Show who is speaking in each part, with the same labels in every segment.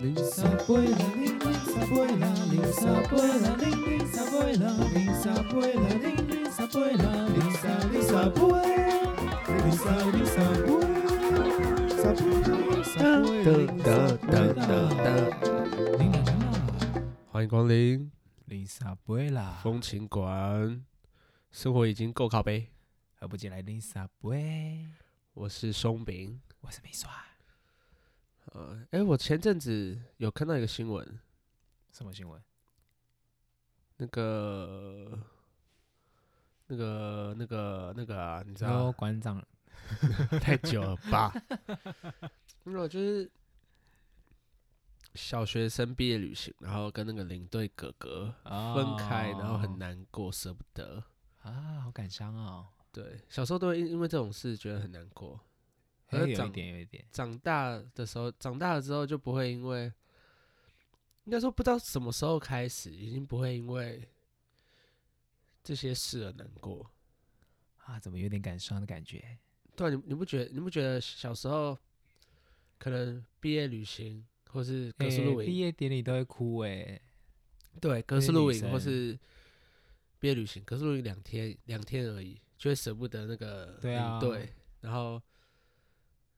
Speaker 1: 零撒贝拉，零零撒贝拉，零撒贝拉，零零撒贝拉，零撒贝拉，零零撒贝拉，零撒零撒贝，零撒零撒贝，撒贝撒贝零撒贝拉，零零
Speaker 2: 欢迎光临
Speaker 1: 零撒贝拉，
Speaker 2: 风情馆，生活已经够靠背。
Speaker 1: 何不进来零撒贝？
Speaker 2: 我是松饼。
Speaker 1: 我是美帅，
Speaker 2: 呃，哎，我前阵子有看到一个新闻，
Speaker 1: 什么新闻？
Speaker 2: 那个、那个、那个、那个、啊，你知
Speaker 1: 然后
Speaker 2: 道
Speaker 1: 馆长，
Speaker 2: 太久了吧？没有，就是小学生毕业旅行，然后跟那个领队哥哥分开，然后
Speaker 1: 哦
Speaker 2: 很难过，舍不得。
Speaker 1: 啊，好感伤哦。
Speaker 2: 对，小时候都会因因为这种事觉得很难过。
Speaker 1: 哎
Speaker 2: 而
Speaker 1: 有一
Speaker 2: 长
Speaker 1: 点，有一点，
Speaker 2: 长大的时候，长大了之后就不会因为，应该说不知道什么时候开始，已经不会因为这些事而难过。
Speaker 1: 啊，怎么有点感伤的感觉？
Speaker 2: 对啊、你你不觉得你不觉得小时候可能毕业旅行或是格式
Speaker 1: 哎
Speaker 2: 露
Speaker 1: 毕
Speaker 2: 营，
Speaker 1: 业典礼都会哭哎、
Speaker 2: 对格式
Speaker 1: 毕业
Speaker 2: 露
Speaker 1: 旅
Speaker 2: 营或
Speaker 1: 生
Speaker 2: 是毕业旅行，格式露营两天两天而已，就会舍不得那个
Speaker 1: 对
Speaker 2: 领
Speaker 1: 啊
Speaker 2: 队，然后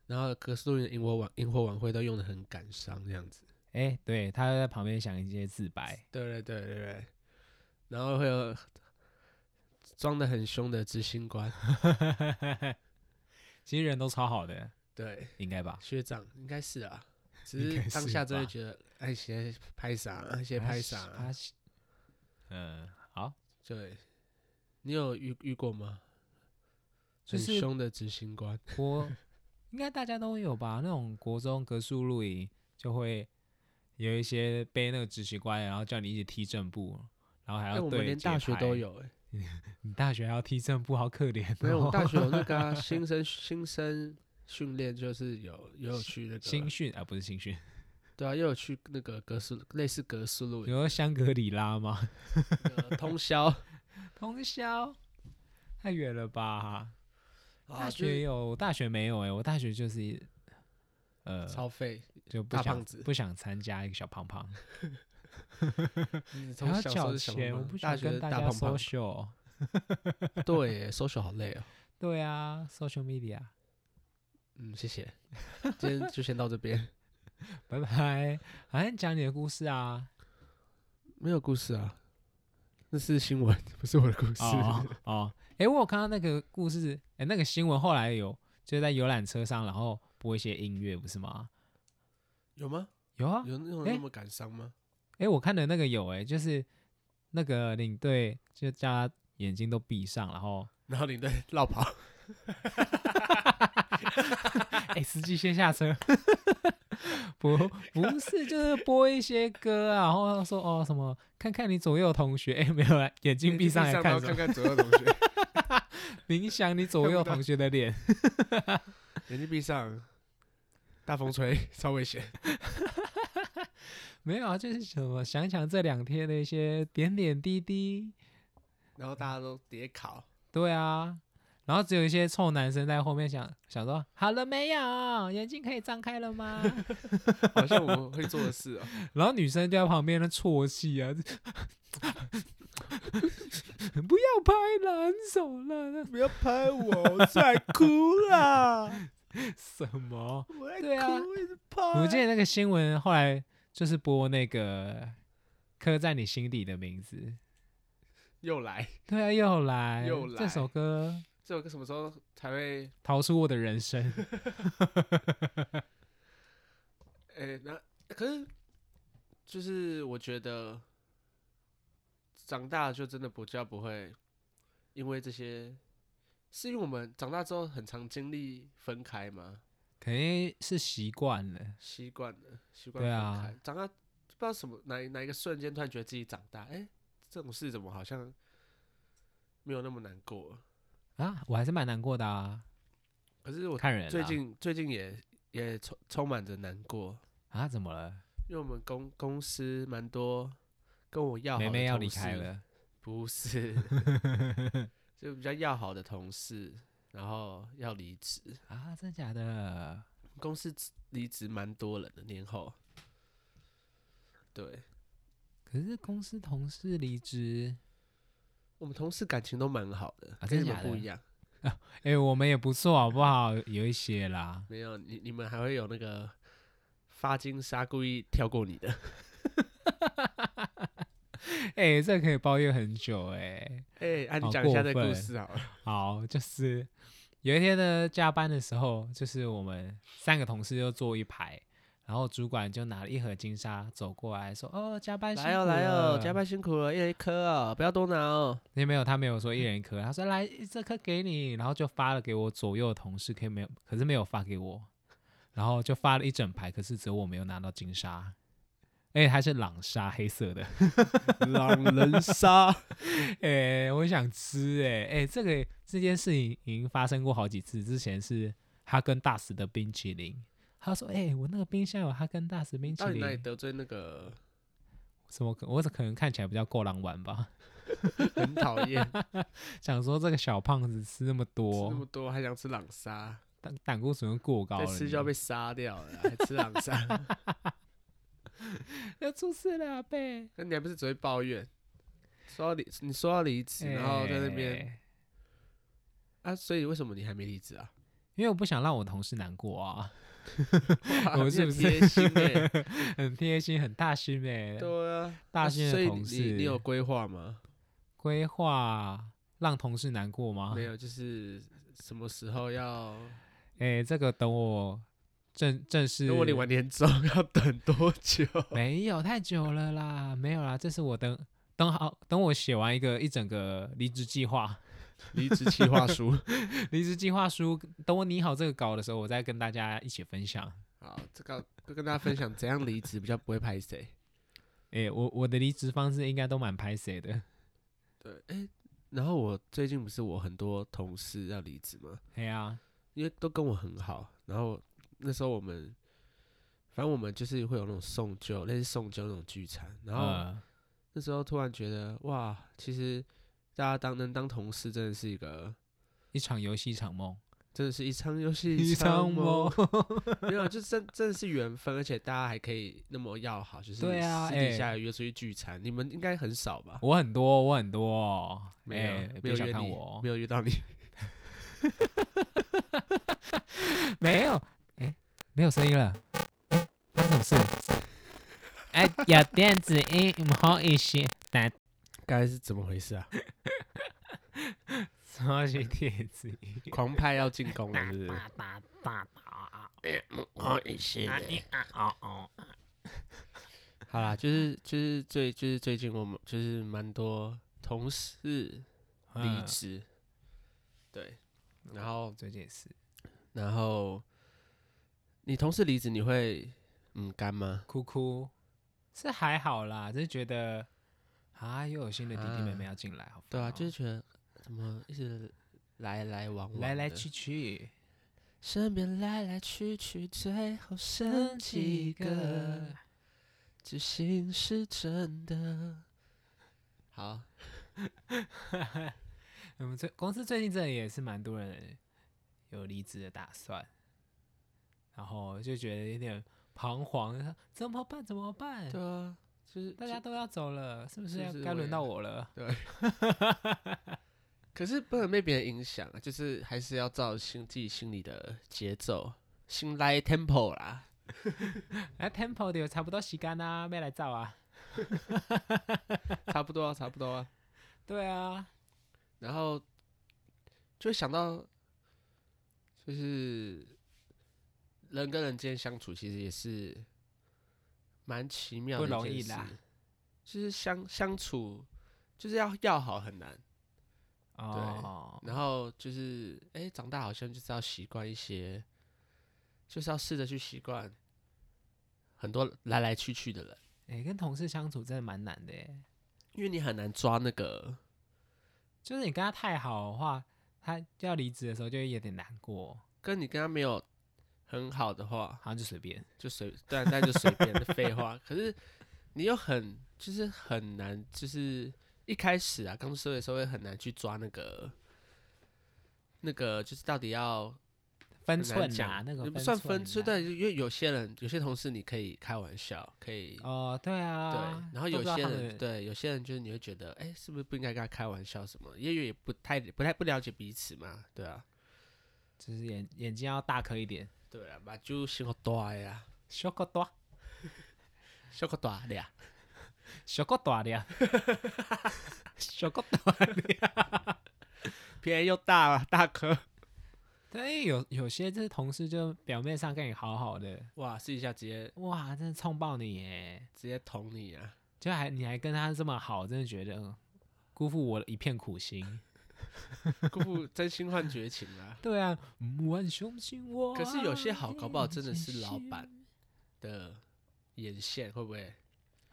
Speaker 2: 然后格式露营的萤火晚萤火晚会都用的很感伤这样子。
Speaker 1: 哎、对，他在旁边想一些自 白，
Speaker 2: 对对对对对，然后会有装的很凶的执行官，
Speaker 1: 其实人都超好的，
Speaker 2: 对
Speaker 1: 应该吧？
Speaker 2: 学长应该是啊，只
Speaker 1: 啊应该
Speaker 2: 是当
Speaker 1: 是
Speaker 2: 下就会
Speaker 1: 吧
Speaker 2: 觉得哎，先拍啥啊，先
Speaker 1: 他
Speaker 2: 拍
Speaker 1: 是
Speaker 2: 啥啊，
Speaker 1: 他是嗯，好，
Speaker 2: 对，你有遇遇过吗？
Speaker 1: 就
Speaker 2: 很
Speaker 1: 是
Speaker 2: 凶的执行官，
Speaker 1: 国应该大家都有吧？那种国中格数露营就会有一些背那个指示官，然后叫你一起踢正步，然后还
Speaker 2: 哎、
Speaker 1: 要对、
Speaker 2: 我们连大学都，有
Speaker 1: 欸
Speaker 2: 哎、
Speaker 1: 你大学还要踢正步，好可怜、哦。
Speaker 2: 没有，我们大学有那个 啊、新生新生训练，就是有也有去那
Speaker 1: 新
Speaker 2: 个，
Speaker 1: 训啊，不是新训，
Speaker 2: 对啊，也有去那个格斯类似格斯路
Speaker 1: 你说香格里拉吗？
Speaker 2: 通宵啊
Speaker 1: 通宵，太远了吧？大
Speaker 2: 啊就
Speaker 1: 学
Speaker 2: 是
Speaker 1: 有，我大学没有哎、我大学就是，呃，
Speaker 2: 超费，
Speaker 1: 就不
Speaker 2: 大
Speaker 1: 想
Speaker 2: 胖 子
Speaker 1: 不想参加一个小胖胖，
Speaker 2: 你
Speaker 1: 还
Speaker 2: 从
Speaker 1: 要
Speaker 2: 小时候
Speaker 1: 缴
Speaker 2: 就小胖
Speaker 1: 钱，我
Speaker 2: 胖
Speaker 1: 不想
Speaker 2: 大学
Speaker 1: 跟
Speaker 2: 的
Speaker 1: 大
Speaker 2: 大
Speaker 1: 家
Speaker 2: 胖胖
Speaker 1: social。
Speaker 2: 对耶，social 好累哦。
Speaker 1: 对啊，social media，
Speaker 2: 嗯，谢谢，今天就先到这边。
Speaker 1: 拜拜。好像讲你的故事啊，
Speaker 2: 没有故事啊，那是新闻，不是我的故事。
Speaker 1: 哦哦，哎、我有看到那个故事，哎、那个新闻后来有就是在游览车上，然后播一些音乐，不是吗？
Speaker 2: 有吗？
Speaker 1: 有啊，
Speaker 2: 有那种
Speaker 1: 哎
Speaker 2: 那么感伤吗？
Speaker 1: 哎、我看的那个有哎、就是那个领队就叫他眼睛都闭上，然 后
Speaker 2: 然后你对绕跑，
Speaker 1: 哎、司机先下车。 不，不是，就是播一些歌啊，然后说哦什么，看看你左右同学，哎、没有了，眼睛闭上来
Speaker 2: 然
Speaker 1: 看
Speaker 2: 后
Speaker 1: 什
Speaker 2: 看
Speaker 1: 么？
Speaker 2: 看左右同学，
Speaker 1: 冥想你左
Speaker 2: 看
Speaker 1: 右
Speaker 2: 不到
Speaker 1: 同学的脸，
Speaker 2: 眼睛闭上，大风吹， 超危险。
Speaker 1: 没有啊，就是什么想想这两天的一些点点滴滴，
Speaker 2: 然后大家都叠考，
Speaker 1: 对啊，然后只有一些臭男生在后面想想说，好了没有，眼睛可以张开了吗？
Speaker 2: 好像我们会做的事哦。
Speaker 1: 然后女生就在旁边那啜泣啊， 不要拍了，很手了，
Speaker 2: 不要拍我，我在哭啦！
Speaker 1: 什么？
Speaker 2: 我在
Speaker 1: 对啊
Speaker 2: 哭，一直拍
Speaker 1: 我记得那个新闻后来就是播那个刻在你心底的名字，
Speaker 2: 又来，
Speaker 1: 对啊，又来，
Speaker 2: 又
Speaker 1: 这首
Speaker 2: 来
Speaker 1: 歌
Speaker 2: 这首歌什么时候才会
Speaker 1: 逃出我的人生，
Speaker 2: 诶，那可是就是我觉得长大就真的不叫不会，因为这些是因为我们长大之后很常经历分开嘛，
Speaker 1: 肯定是习惯了。
Speaker 2: 习惯了，习惯
Speaker 1: 对
Speaker 2: 分
Speaker 1: 啊
Speaker 2: 开。长大不知道什么哪哪一个瞬间突然觉得自己长大，哎、这种事怎么好像没有那么难过？
Speaker 1: 啊，我还是蛮难过的啊。
Speaker 2: 可是我
Speaker 1: 看人啦
Speaker 2: 最近最近也也充充满着难过，
Speaker 1: 啊，怎么了？
Speaker 2: 因为我们公公司蛮多跟我要好
Speaker 1: 妹
Speaker 2: 的
Speaker 1: 妹要
Speaker 2: 同
Speaker 1: 离开
Speaker 2: 事
Speaker 1: 了，
Speaker 2: 不 是，就比较要好的同事，然后要离职，
Speaker 1: 啊，真假的？
Speaker 2: 公司离职蛮多人的，年后对
Speaker 1: 可是公司同事离职，
Speaker 2: 我们同事感情都蛮好的，
Speaker 1: 啊
Speaker 2: 跟
Speaker 1: 真
Speaker 2: 你
Speaker 1: 的
Speaker 2: 们
Speaker 1: 假
Speaker 2: 不
Speaker 1: 的
Speaker 2: 一样。
Speaker 1: 哎、我们也不错好不好？有一些啦，
Speaker 2: 没有你，你们还会有那个发金沙故意跳过你的。
Speaker 1: 哎、这可以抱怨很久哎、
Speaker 2: 哎、啊，你
Speaker 1: 好
Speaker 2: 讲一下
Speaker 1: 过
Speaker 2: 这故
Speaker 1: 分
Speaker 2: 事好了。
Speaker 1: 好，就是有一天呢，加班的时候，就是我们三个同事就坐一排，然后主管就拿了一盒金沙走过来说：“哦，加班辛苦
Speaker 2: 来哦，来哦，
Speaker 1: 了
Speaker 2: 加。班辛苦了，一人一颗哦，不要多拿哦。”
Speaker 1: 那没有，他没有
Speaker 2: 嗯
Speaker 1: 说一人一颗，他说：“来，这颗给你。”然后就发了给我左右的同事，可以没有，可是没有发给我，然后就发了一整排，可是只有我没有拿到金沙。而且还是朗沙黑 色的，
Speaker 2: 狼人杀，
Speaker 1: 哎、我想吃哎、哎、这个这件事情已经发生过好几次。之前是哈根达斯的冰淇淋，他说：“哎、我那个冰箱有哈根达斯冰淇
Speaker 2: 到底哪里
Speaker 1: 淋，
Speaker 2: 得罪那个？
Speaker 1: 什么可我可能看起来比较够狼玩吧？
Speaker 2: 很讨厌，吃
Speaker 1: 想说这个小胖子吃那么
Speaker 2: 那么
Speaker 1: 多，
Speaker 2: 多还想吃狼杀，
Speaker 1: 胆胆固醇过高
Speaker 2: 再
Speaker 1: 了，
Speaker 2: 吃就要被杀掉了，还吃狼杀？
Speaker 1: 要出事了啊 贝。
Speaker 2: 那你还不是只会抱怨？说要离，你说要离职，然后在那边
Speaker 1: 哎
Speaker 2: 啊，所以为什么你还没离职啊？
Speaker 1: 因为我不想让我同事难过啊，
Speaker 2: 哇
Speaker 1: 我
Speaker 2: 你
Speaker 1: 是
Speaker 2: 很
Speaker 1: 不是
Speaker 2: 贴心欸
Speaker 1: 很贴心，很大心哎、
Speaker 2: 对啊，
Speaker 1: 大
Speaker 2: 啊
Speaker 1: 心
Speaker 2: 所
Speaker 1: 的
Speaker 2: 以
Speaker 1: 同
Speaker 2: 你你
Speaker 1: 事，
Speaker 2: 你有规划吗？
Speaker 1: 规划让同事难过吗？
Speaker 2: 没有，就是什么时候要？
Speaker 1: 哎、这个等我正正式，
Speaker 2: 如果你晚点走， 要等多久？
Speaker 1: 没有太久了啦，没有啦，这是我等等好等我写完一个一整个离职计划、
Speaker 2: 离职计划书。
Speaker 1: 离职计划书，等我拟好这个稿的时候，我再跟大家一起分享。
Speaker 2: 好，这个就跟大家分享怎样离职比较不会拍谁。
Speaker 1: 哎、我我的离职方式应该都蛮拍谁的？
Speaker 2: 对，哎、然后我最近不是我很多同事要离职吗？
Speaker 1: 哎呀、
Speaker 2: 因为都跟我很好，然后那时候我们，反正我们就是会有那种送酒，类似送酒那种聚餐，然后
Speaker 1: 嗯
Speaker 2: 那时候突然觉得，哇，其实大家当能当同事真的是一个，
Speaker 1: 一场游戏一场梦，
Speaker 2: 真的是一场游戏场梦， 没有，就真真的是缘分，而且大家还可以那么要好，就是
Speaker 1: 对啊
Speaker 2: 私底
Speaker 1: 哎
Speaker 2: 下约出去聚餐，你们应该很少吧？
Speaker 1: 我很多，我很多，
Speaker 2: 没有，
Speaker 1: 哎
Speaker 2: 没
Speaker 1: 别
Speaker 2: 有
Speaker 1: 小
Speaker 2: 约
Speaker 1: 看
Speaker 2: 你，
Speaker 1: 我
Speaker 2: 没，有约到 你，
Speaker 1: 没有，哎、没有声音了，哎、发生什么事？哎、有电子音，不好意思，打
Speaker 2: 刚才是怎么回事啊？
Speaker 1: 超级电子音，
Speaker 2: 狂派要进攻了，是不是？
Speaker 1: 爸爸爸爸，
Speaker 2: 好意思
Speaker 1: 啊你啊哦哦，
Speaker 2: 好啦，就是就是最就是最近我们就是蛮多同事离
Speaker 1: 嗯，
Speaker 2: 职，对，然后
Speaker 1: 最近也是
Speaker 2: 然后你同事离职你会嗯干吗？
Speaker 1: 哭哭，是还好啦，只是觉得啊，又有新的弟弟妹妹要进来，好烦
Speaker 2: 对啊，
Speaker 1: 哦
Speaker 2: 就是觉得怎么一直来来往往的，
Speaker 1: 来来去去，
Speaker 2: 身边来来去去，最后剩几个，知心是真 的。好，
Speaker 1: 我们最公司最近这里也是蛮多人有离职的打算，然后就觉得有点彷徨，怎么办？怎么办？
Speaker 2: 对啊，就是
Speaker 1: 嗯大家都要走了，是不
Speaker 2: 是
Speaker 1: 是
Speaker 2: 不
Speaker 1: 要
Speaker 2: 是
Speaker 1: 该
Speaker 2: 我
Speaker 1: 轮
Speaker 2: 也
Speaker 1: 到我了？
Speaker 2: 可是不能被别人影响啊，就是还是要照心自己心里的节奏，心来 tempo 啦。
Speaker 1: 哎，Temple 的有差不多时间啊，没来照啊。
Speaker 2: 差不多啊，差不多啊。
Speaker 1: 对啊，
Speaker 2: 然后就会想到，就是人跟人之间相处，其实也是蛮奇妙的
Speaker 1: 不容
Speaker 2: 一
Speaker 1: 易
Speaker 2: 件
Speaker 1: 啦
Speaker 2: 事。就是相相处，就是要要好很难。
Speaker 1: 哦，
Speaker 2: 然后就是，哎、长大好像就是要习惯一些，就是要试着去习惯很多来来去去的人，
Speaker 1: 哎、跟同事相处真的蛮难的耶，
Speaker 2: 因为你很难抓那个。
Speaker 1: 就是你跟他太好的话，他要离职的时候就会有点难过，
Speaker 2: 跟你跟他没有很好的话，
Speaker 1: 好像就随便。
Speaker 2: 就随对啊，但就随便的废话。可是你又很就是很难，就是一开始啊，刚出社会的时候会很难去抓那个那个，就是到底要很
Speaker 1: 分
Speaker 2: 难
Speaker 1: 寸呐
Speaker 2: 讲，
Speaker 1: 那个
Speaker 2: 也不
Speaker 1: 分
Speaker 2: 算
Speaker 1: 寸啊
Speaker 2: 分寸，
Speaker 1: 呐
Speaker 2: 但因为有些人有些同事你可以开玩笑，可以
Speaker 1: 哦，对
Speaker 2: 对
Speaker 1: 啊，，
Speaker 2: 然后
Speaker 1: 都
Speaker 2: 有
Speaker 1: 不知道
Speaker 2: 些
Speaker 1: 他
Speaker 2: 人
Speaker 1: 们
Speaker 2: 对有些人就是你会觉得，哎，是不是不应该跟他开玩笑什么？因为也不太不太不了解彼此嘛，对啊，
Speaker 1: 就是眼眼睛要大颗一点，
Speaker 2: 对啊，把就心好大呀，
Speaker 1: 小个大，
Speaker 2: 小可大 的呀，
Speaker 1: 小个大 的呀，小个大的呀。
Speaker 2: 便宜又大啊，大颗，
Speaker 1: 但因为有有些就是同事就表面上跟你好好的，
Speaker 2: 哇，试一下直接
Speaker 1: 哇，真的冲爆你耶！
Speaker 2: 直接捅你啊，
Speaker 1: 就还你还跟他这么好，真的觉得、嗯辜负我的一片苦心。
Speaker 2: 辜负真心换绝情 啊。
Speaker 1: 对啊，嗯万雄心我。
Speaker 2: 可是有些好搞不好真的是老板的眼线会不会？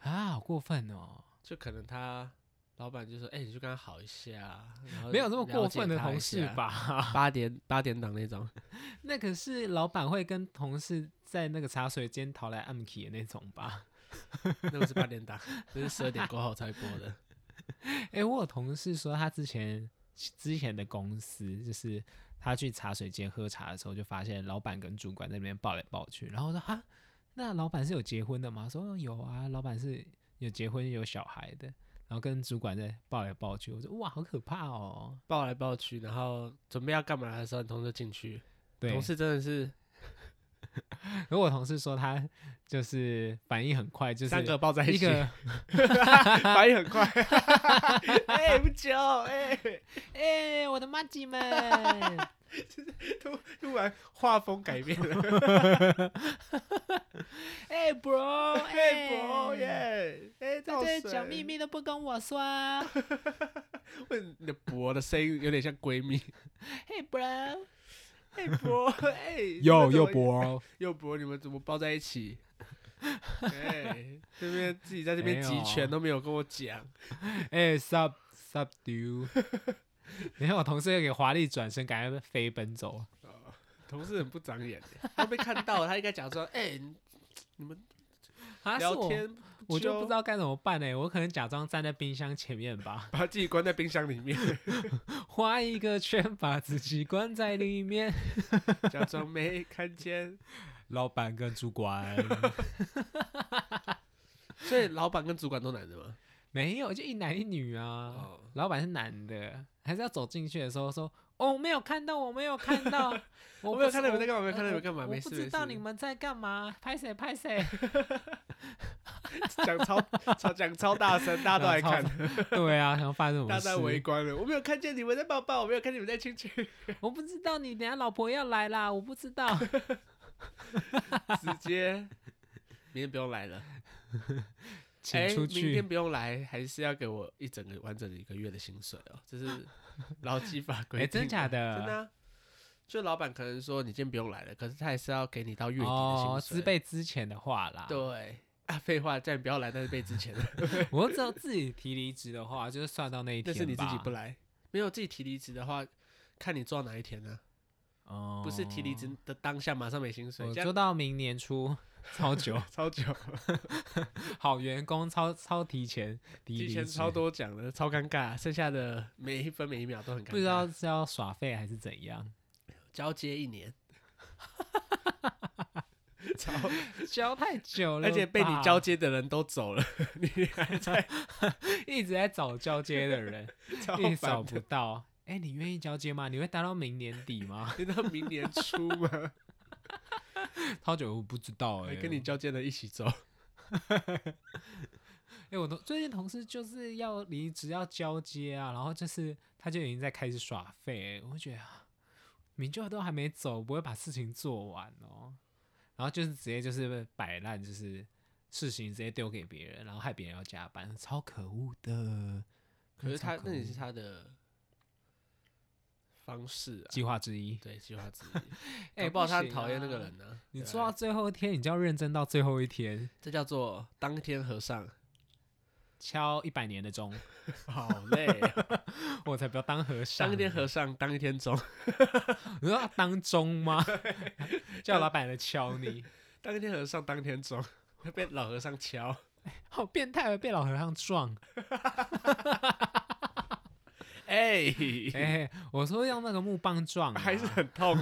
Speaker 1: 啊，好过分哦！
Speaker 2: 就可能他老板就说：“哎、你去跟他好一下。”啊然后
Speaker 1: 没有这么
Speaker 2: 呃了
Speaker 1: 过
Speaker 2: 解
Speaker 1: 分的
Speaker 2: 他一
Speaker 1: 同事
Speaker 2: 下？
Speaker 1: 吧？
Speaker 2: 八点八点档那种，
Speaker 1: 那可是老板会跟同事在那个茶水间讨来暗 k 的那种吧？
Speaker 2: 那个是八点档，那是十二点过后才播 的。
Speaker 1: 诶，我有同事说他之前之前的公司，就是他去茶水间喝茶的时候，就发现老板跟主管在那边抱来抱去，然后我说哈，那老板是有结婚的吗？说有啊，老板是有结婚有小孩的，然后跟主管在抱来抱去，我说哇，好可怕哦。
Speaker 2: 抱来抱去，然后准备要干嘛的时候，你同事进去，
Speaker 1: 对，
Speaker 2: 同事真的是
Speaker 1: 可我同事说他就是反应很快，就是
Speaker 2: 三个抱在
Speaker 1: 一
Speaker 2: 起，
Speaker 1: 个
Speaker 2: 反应很 快。 哎、不久，哎、
Speaker 1: 哎、我的妈吉们，
Speaker 2: 突突然画风改变了，
Speaker 1: 哎、bro，
Speaker 2: 哎、不耶，哎、
Speaker 1: 对对，讲秘， 密都不跟我说，啊
Speaker 2: 问你的伯的声音有点像闺蜜。
Speaker 1: 嘿 bro，
Speaker 2: 哎、伯，哎、
Speaker 1: 又
Speaker 2: 你
Speaker 1: 又哦
Speaker 2: 们怎么
Speaker 1: 博，
Speaker 2: 又博，你们怎么抱在一起？哎，这边自己在这边
Speaker 1: 没
Speaker 2: 集
Speaker 1: 有
Speaker 2: 权都没有跟我讲，
Speaker 1: 哎 sub sub do，你看我同事又给华丽转身，赶快飞奔走。
Speaker 2: 哦同事很不长眼，他被看到了，他应该假装哎，你你们
Speaker 1: 啊是
Speaker 2: 聊
Speaker 1: 我
Speaker 2: 天，
Speaker 1: 我就
Speaker 2: 揪
Speaker 1: 不知道该怎么办呢、我可能假装站在冰箱前面吧，
Speaker 2: 把自己关在冰箱里面，
Speaker 1: 画一个圈，把自己关在里面。
Speaker 2: 假装没看 见。
Speaker 1: 老板跟主管
Speaker 2: 所以老板跟主管都男的吗？
Speaker 1: 没有，就一男一女啊。
Speaker 2: 哦
Speaker 1: 老板是男的，还是要走进去的时候说：“哦，没有看到，我没有看 到，
Speaker 2: 我
Speaker 1: 我
Speaker 2: 没有
Speaker 1: 不知
Speaker 2: 看到你们在干嘛
Speaker 1: 哦我
Speaker 2: 没有看到你们
Speaker 1: 呃
Speaker 2: 干嘛
Speaker 1: 我
Speaker 2: 没
Speaker 1: 我不
Speaker 2: 事
Speaker 1: 知
Speaker 2: 没
Speaker 1: 道
Speaker 2: 事
Speaker 1: 你们在干嘛，拍谁 拍谁。
Speaker 2: 讲超超讲超大声，大家都来看，
Speaker 1: 对啊，想发生什
Speaker 2: 大家
Speaker 1: 么
Speaker 2: 在围
Speaker 1: 事？
Speaker 2: 观了。我没有看见你们在抱抱，我没有看见你们在亲 亲，
Speaker 1: 我不知道你等下老婆要来啦，我不知道。
Speaker 2: 直接明天不用来了。
Speaker 1: 请
Speaker 2: 哎
Speaker 1: 出
Speaker 2: 明
Speaker 1: 去
Speaker 2: 天。不用来，还是要给我一整个完整的一个月的薪水哦，这是劳基法规定。
Speaker 1: 哎真假的
Speaker 2: 真的啊、就老板可能说你今天不用来了，可是他还是要给你到月底的薪水。
Speaker 1: 哦，自备之前的话啦，
Speaker 2: 对啊，废话，叫你不要来，那是被之前 的，
Speaker 1: 我只有自己提离职的话，就是算到那一
Speaker 2: 但
Speaker 1: 天吧。
Speaker 2: 是你自己不来，没有自己提离职的话，看你做到哪一天呢、啊
Speaker 1: 哦，
Speaker 2: 不是提离职的当下马上没薪水，
Speaker 1: 我
Speaker 2: 这
Speaker 1: 做
Speaker 2: 样
Speaker 1: 到明年初， 超久，
Speaker 2: 超久，
Speaker 1: 好员工超超提前， 提
Speaker 2: 提
Speaker 1: 离
Speaker 2: 前
Speaker 1: 职
Speaker 2: 超多讲的，超尴尬，剩下的每一分每一秒都很尴尬，
Speaker 1: 不知道是要耍废还是 怎样，
Speaker 2: 交接一 年，超。
Speaker 1: 教太久了吧，
Speaker 2: 而且被你交接的人都走了，你还在
Speaker 1: 一直在找交接的人，
Speaker 2: 超
Speaker 1: 一直找
Speaker 2: 烦
Speaker 1: 不
Speaker 2: 的，
Speaker 1: 到。哎、你愿意交接吗？你会待到明年底吗？
Speaker 2: 你到明年初嘛，
Speaker 1: 超久我不知道哎、
Speaker 2: 还跟你交接的一起走，
Speaker 1: 哎、我同最近同事就是要离职要交接啊，然后就是他就已经在开始耍废、欸，我就觉得啊明就都还没走，不会把事情做完哦，然后就是直接就是摆烂，就是事情直接丢给别人，然后害别人要加班，超可恶的。
Speaker 2: 可是他
Speaker 1: 超
Speaker 2: 那也
Speaker 1: 恶
Speaker 2: 是他的方式啊，
Speaker 1: 计划之一。
Speaker 2: 对，计划之一。
Speaker 1: 哎、
Speaker 2: 搞不好他很
Speaker 1: 行
Speaker 2: 讨厌那个
Speaker 1: 啊
Speaker 2: 人呢，
Speaker 1: 你
Speaker 2: 对
Speaker 1: 做到最后一天，你就要认真到最后一天，
Speaker 2: 这叫做当天和尚，
Speaker 1: 敲一百年的钟，
Speaker 2: 好累
Speaker 1: 哦
Speaker 2: 啊，
Speaker 1: 我才不要当和尚。
Speaker 2: 当一天和尚当一天钟，
Speaker 1: 你说要当钟 吗？叫老板来敲你，
Speaker 2: 当一天和尚当一天钟， 会被老和尚敲。
Speaker 1: 哦 好变态，被老和尚撞。
Speaker 2: 哎、哎、
Speaker 1: 哎、我说用那个木棒撞、啊，
Speaker 2: 还是很痛、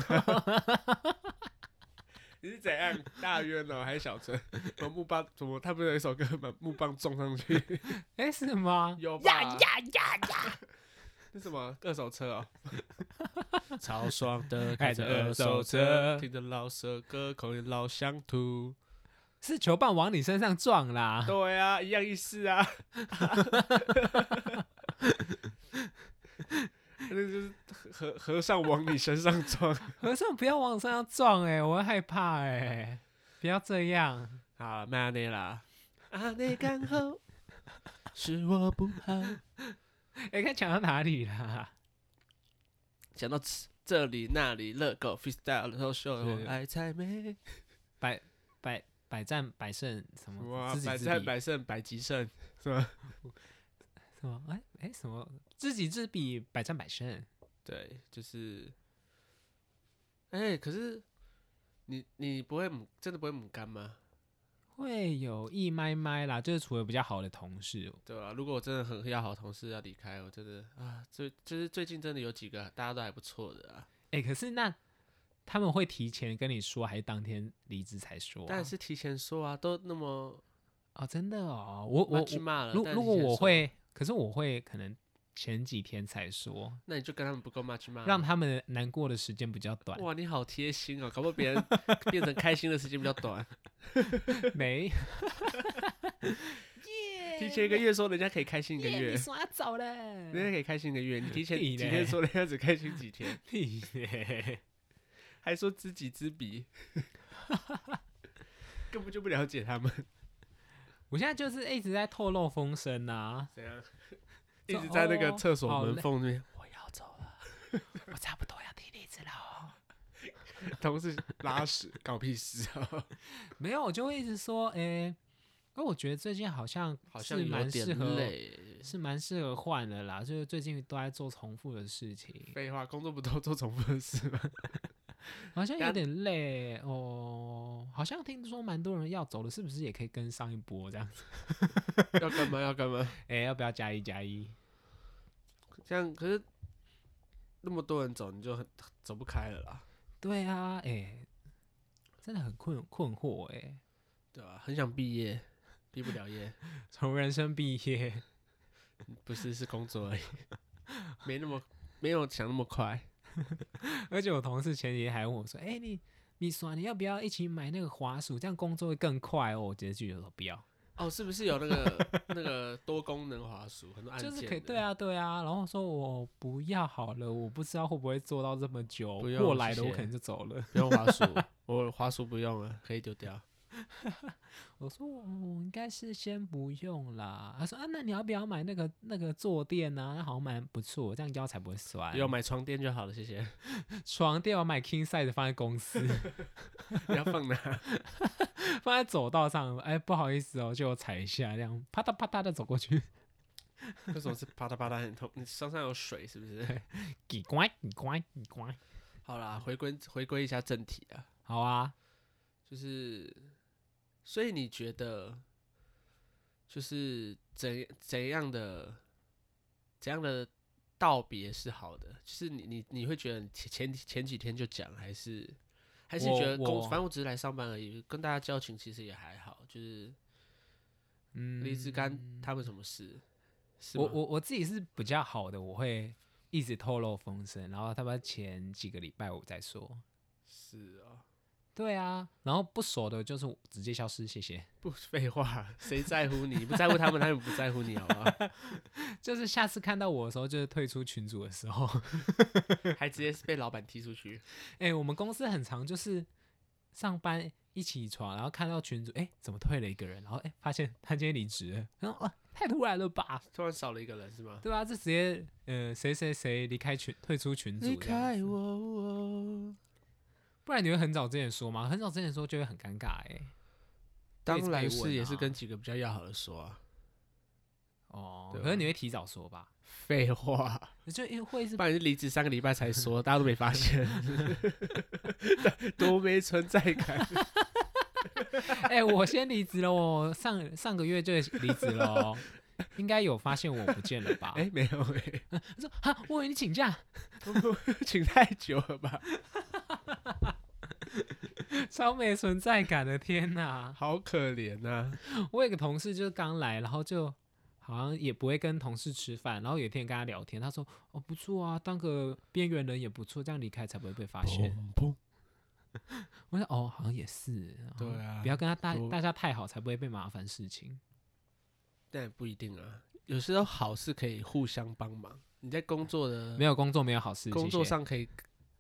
Speaker 2: 你是怎样大冤哦，还是小陈？把木棒怎么？他不是有一首歌把木棒撞上去？
Speaker 1: 哎、是吗？
Speaker 2: 有吧？
Speaker 3: 呀呀呀呀！
Speaker 2: 那什么二手车哦，哦哎
Speaker 4: 超爽 的，
Speaker 1: 开着二手车
Speaker 2: 听着老舍歌，口里老乡土。
Speaker 1: 是球棒往你身上撞 啦。
Speaker 2: 对啊，一样意思啊。 那就是和和尚往你身上撞。
Speaker 1: 和尚不要往我身上撞、哎，我会害怕、哎，不要这样。
Speaker 2: 好，慢点啦。
Speaker 4: 啊，你刚好是我不好，
Speaker 1: 哎、看讲到哪里啦？
Speaker 2: 讲到此这里那里，乐狗 freestyle 然后秀我
Speaker 1: 是
Speaker 2: 爱才美。
Speaker 1: 百百百战百胜什么？
Speaker 2: 哇
Speaker 1: 知，己
Speaker 2: 百
Speaker 1: 知
Speaker 2: 战
Speaker 1: 彼
Speaker 2: 百胜，百极胜是吧？
Speaker 1: 什么？哎、哎、什么？知己知彼，百战百胜。
Speaker 2: 对，就是，哎、可是你你不会母真的不会母干吗？
Speaker 1: 会有一麦麦啦，就是除了比较好的同事，
Speaker 2: 对啊，如果我真的很要好同事要离开，我真的啊，最就是最近真的有几个大家都还不错的啊，
Speaker 1: 哎、可是那他们会提前跟你说，还是当天离职才说、啊？
Speaker 2: 但是提前说啊，都那么
Speaker 1: 哦，真的哦，我我
Speaker 2: 去骂了。
Speaker 1: 如
Speaker 2: 但是
Speaker 1: 如果
Speaker 2: 提前
Speaker 1: 我
Speaker 2: 说，
Speaker 1: 会，可是我会可能前几天才说，
Speaker 2: 那你就跟他们不够 much 骂，
Speaker 1: 让他们难过的时间比较短。
Speaker 2: 哇，你好贴心哦，搞不好 别人变成开心的时间比较短，
Speaker 1: 没，
Speaker 2: 提前一个月说人家可以开心一个
Speaker 3: 耶，
Speaker 2: 月
Speaker 3: 你。耍走了。
Speaker 2: 人家可以开心一个月，你提前
Speaker 1: 屁
Speaker 2: 几
Speaker 1: 嘞
Speaker 2: 天说人家只开心几天，
Speaker 1: 屁耶
Speaker 2: 还说知己知 彼，根本就不了解他们，
Speaker 1: 我现在就是一直在透露风声啊，
Speaker 2: 怎 样？一
Speaker 1: 说
Speaker 2: 直在那个
Speaker 1: 哦
Speaker 2: 厕所
Speaker 1: 好
Speaker 2: 门
Speaker 1: 累
Speaker 2: 缝那边，
Speaker 1: 我要走了，我差不多要提离职了哦。
Speaker 2: 同事拉屎，搞屁事啊！
Speaker 1: 没有，我就会一直说，哎、那我觉得最近好像
Speaker 2: 好像
Speaker 1: 是
Speaker 2: 有
Speaker 1: 蛮适
Speaker 2: 点，
Speaker 1: 合
Speaker 2: 累。
Speaker 1: 是蛮适合换的啦，就是最近都在做重复的事情，
Speaker 2: 废话，工作不都做重复的事吗？
Speaker 1: 好像
Speaker 2: 但
Speaker 1: 有点累哦。好像听说蛮多人要走了，是不是也可以跟上一波这样子？
Speaker 2: 要干嘛？要干嘛？
Speaker 1: 哎、要不要加一加一？
Speaker 2: 这样可是那么多人走，你就很走不开了啦，
Speaker 1: 对啊，哎、真的很困困惑哎、
Speaker 2: 对吧、很想毕业，毕不了业，
Speaker 1: 从人生毕业，
Speaker 2: 不是是工作而已， 没那么没有想那么快。
Speaker 1: 而且我同事前几天还问我说：“哎、你你说你要不要一起买那个滑鼠，这样工作会更快哦？”我直接拒绝说不要，
Speaker 2: 哦，是不是有那个那个多功能滑鼠，很多按
Speaker 1: 就
Speaker 2: 键？
Speaker 1: 是可以对，啊对啊。然后我说我不要好了，我不知道会不会做到这么久，
Speaker 2: 不用
Speaker 1: 过来
Speaker 2: 谢
Speaker 1: 的我
Speaker 2: 谢
Speaker 1: 可能就走了。
Speaker 2: 不用滑鼠，我滑鼠不用了，可以丢 掉。
Speaker 1: 我说我我应该是先不用啦。他说啊，那你要不要买那个那个坐垫啊？那好像蛮不错，这样腰才不会酸。
Speaker 2: 不用买床垫就好了，谢 谢。
Speaker 1: 床垫我买 king size 放在公司，
Speaker 2: 你要放哪？
Speaker 1: 放在走道上。哎、不好意思哦，就踩一下，这样啪嗒啪嗒的走过去，
Speaker 2: 为什么是啪嗒啪嗒很痛？你身上有水是不 是？
Speaker 1: 给乖给乖给乖。
Speaker 2: 好啦，回归回归一下正题啊，
Speaker 1: 好啊，
Speaker 2: 就是，所以你觉得，就是怎怎样的怎样的道别是好的？就是你你你会觉得你前前前几天就讲，还是还是你
Speaker 1: 我
Speaker 2: 觉得公
Speaker 1: 我
Speaker 2: 反正我只是来上班而已，跟大家交情其实也还好，就是
Speaker 1: 嗯，
Speaker 2: 离职干他们什么事？是
Speaker 1: 我
Speaker 2: 吗
Speaker 1: 我我自己是比较好的，我会一直透露风声，然后他们前几个礼拜我再说。
Speaker 2: 是啊、
Speaker 1: 对啊，然后不熟的就是直接消失，谢谢。
Speaker 2: 不 废话，谁在乎你？你不在乎他们，他们不在乎你，好不好？
Speaker 1: 就是下次看到我的时候，就是退出群组的时候。
Speaker 2: 还直接是被老板踢出去，
Speaker 1: 哎、我们公司很常就是上班一起床，然后看到群组，哎、怎么退了一个人？然后哎、发现他今天离职了，然后啊，太突然了吧？
Speaker 2: 突然少了一个人是吗？
Speaker 1: 对啊，这直接呃，谁谁谁离开群，退出群组
Speaker 2: 离
Speaker 1: 这样
Speaker 2: 开
Speaker 1: 子。
Speaker 2: 我，我
Speaker 1: 不然你会很早之前说吗？很早之前说就会很尴尬哎、
Speaker 2: 当
Speaker 1: 一直被
Speaker 2: 然
Speaker 1: 问
Speaker 2: 是也是
Speaker 1: 啊
Speaker 2: 跟几个比较要好的说啊。
Speaker 1: 哦，
Speaker 2: 对
Speaker 1: 可
Speaker 2: 啊
Speaker 1: 是你会提早说吧？
Speaker 2: 废话，
Speaker 1: 就因为会是
Speaker 2: 不然你离职三个礼拜才说，大家都没发现， 多没存在感。
Speaker 1: 哎、我先离职了哦，上上个月就离职了哦，应该有发现我不见了吧？
Speaker 2: 哎、没有哎、
Speaker 1: 他说哈，我以为你请假，
Speaker 2: 请太久了吧？
Speaker 1: 超没存在感的，天哪！
Speaker 2: 好可怜呐、
Speaker 1: 我有个同事就是刚来，然后就好像也不会跟同事吃饭，然后有一天跟他聊天，他说：“哦，不错啊，当个边缘人也不错，这样离开才不会被发现。
Speaker 2: 砰！
Speaker 1: 我说：“哦，好像也是，
Speaker 2: 对
Speaker 1: 哦
Speaker 2: 啊
Speaker 1: 不要跟他大
Speaker 2: 多
Speaker 1: 大家太好，才不会被麻烦事情。
Speaker 2: 但也不一定啊，有时候好是可以互相帮忙。你在工作的
Speaker 1: 没有工作，没有好
Speaker 2: 嗯
Speaker 1: 事，
Speaker 2: 工作
Speaker 1: 谢谢
Speaker 2: 上可以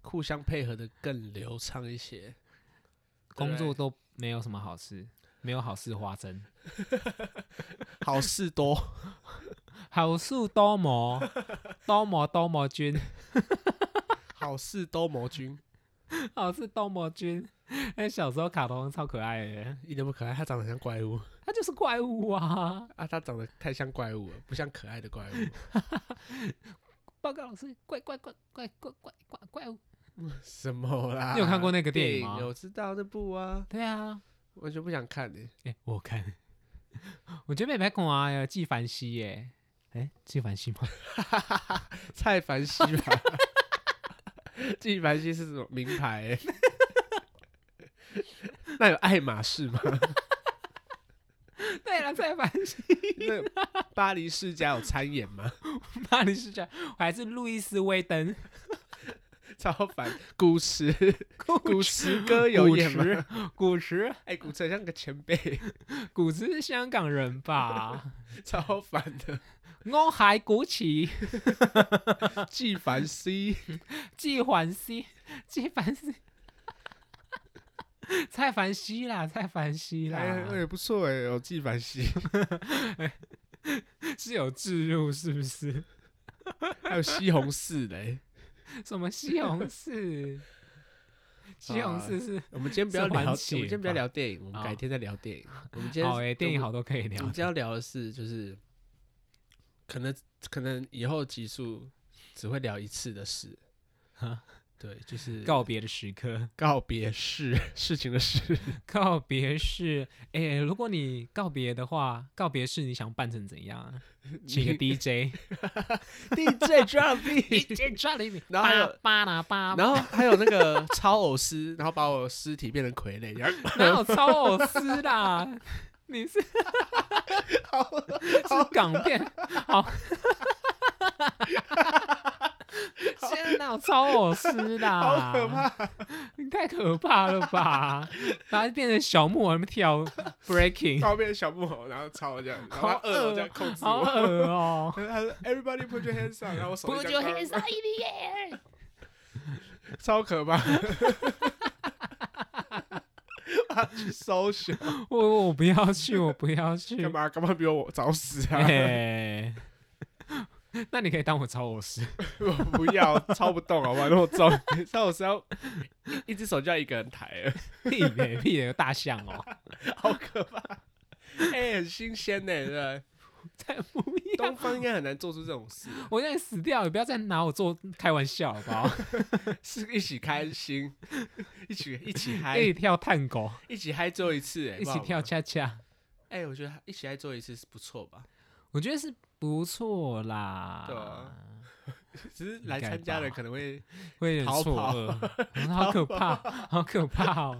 Speaker 2: 互相配合的更流畅一些。
Speaker 1: 工
Speaker 2: 对
Speaker 1: 作都没有什么好事，没有好事花针，
Speaker 2: 好事多，
Speaker 1: 好事多磨， 多磨多磨君，
Speaker 2: 好事多魔君，
Speaker 1: 好事多磨君。那小时候卡通超可爱的，
Speaker 2: 一点不可爱，他长得像怪物
Speaker 1: 他就是怪物啊！
Speaker 2: 啊！他长得太像怪物了，不像可爱的怪物。
Speaker 3: 报告老师，怪怪怪怪怪怪怪怪物！
Speaker 2: 什么啦？
Speaker 1: 你有看过那个电
Speaker 2: 电
Speaker 1: 影吗
Speaker 2: 我知道那部啊，
Speaker 1: 对啊，
Speaker 2: 完全不想看欸呢、
Speaker 1: 哎、我有看，我觉得北白孔啊，有纪梵希耶，哎、纪梵希吗？
Speaker 2: 蔡凡熙吧， 纪梵希是什么名牌、欸？ 那有爱马仕吗？
Speaker 1: 对了，蔡梵 希，
Speaker 2: 那巴黎世家有参演吗？
Speaker 1: 巴黎世家，还是路易斯威登，
Speaker 2: 超烦。古驰， 古驰哥有
Speaker 1: 古
Speaker 2: 演吗
Speaker 1: 驰？，古驰，
Speaker 2: 哎、古驰很像个前辈，
Speaker 1: 古驰是香港人吧？
Speaker 2: 超烦的。
Speaker 1: 我还古驰，
Speaker 2: 纪梵 希，
Speaker 1: 纪梵 希，纪梵希。 蔡凡熙啦，蔡凡熙啦，
Speaker 2: 哎，也不错哎、有纪梵希，
Speaker 1: 是有置入是不是？
Speaker 2: 还有西红柿嘞、
Speaker 1: 什么西红 柿？西红
Speaker 2: 啊
Speaker 1: 柿是
Speaker 2: 我们今天不要
Speaker 1: 是环
Speaker 2: 聊，我们
Speaker 1: 节
Speaker 2: 今天不要
Speaker 1: 吧
Speaker 2: 聊电影，我们
Speaker 1: 哦
Speaker 2: 改天再聊电影。我们今天
Speaker 1: 好诶、电影好多可以
Speaker 2: 我
Speaker 1: 聊
Speaker 2: 们。今天要聊的是，就是可能可能以后集数只会聊一次的事
Speaker 1: 哈。
Speaker 2: 对，就是
Speaker 1: 告别的时刻，
Speaker 2: 告别事 事情的事。
Speaker 1: 告别式。哎、如果你告别的话，告别式你想办成怎样 啊？请个 DJ，
Speaker 2: DJ drop beat，
Speaker 3: 这抓了一米，
Speaker 2: 然后还有
Speaker 3: 巴拉巴拉，
Speaker 2: 然后还有那个超偶师，然后把我尸体变成傀儡，然后
Speaker 1: 哪有超偶师啦？你是 是港 片？好，现在哪有超偶师啦？
Speaker 2: 好可！怕，
Speaker 1: 你太可怕了吧！把它变成小木偶，那 么跳 breaking，
Speaker 2: 然后变成小木偶，然后超我这样，然后
Speaker 1: 好
Speaker 2: 二楼
Speaker 1: 恶
Speaker 2: 这样控制
Speaker 1: 好
Speaker 2: 我。
Speaker 1: 恶哦、
Speaker 2: 他说：“Everybody put your hands up。”然后我 手
Speaker 3: 不
Speaker 2: 一
Speaker 3: 就
Speaker 2: 张
Speaker 3: 黑
Speaker 2: 高
Speaker 3: 色一米 耶！
Speaker 2: 超可怕。他去搜寻，
Speaker 1: 嗯我我不要去，我不要去。
Speaker 2: 干嘛？ 干嘛比我早死啊？
Speaker 1: 哎、 那你可以当我超偶师，
Speaker 2: 我不要，抄不动好不好？那么重，抄我是要一只手就要一个人抬 了，
Speaker 1: 屁嘞屁嘞，有大象哦，
Speaker 2: 好可怕！哎、很新鲜呢、对不对？
Speaker 1: 才不 要！
Speaker 2: 东方应该很难做出这种事，
Speaker 1: 我现在死掉了，不要再拿我做开玩笑，好 不好？
Speaker 2: 是一起开心，一起一起嗨
Speaker 1: 一，起跳探狗，
Speaker 2: 一起嗨最后一次、哎，
Speaker 1: 哎一
Speaker 2: 不
Speaker 1: 起
Speaker 2: 好
Speaker 1: 跳
Speaker 2: 吗。
Speaker 1: 恰恰，
Speaker 2: 哎、我觉得一起嗨最后一次是不错吧，
Speaker 1: 我觉得是不错啦。
Speaker 2: 对啊只是来参加的可能 会，
Speaker 1: 会有
Speaker 2: 逃
Speaker 1: 点错
Speaker 2: 跑
Speaker 1: 愕， 嗯好可怕，好可怕哦，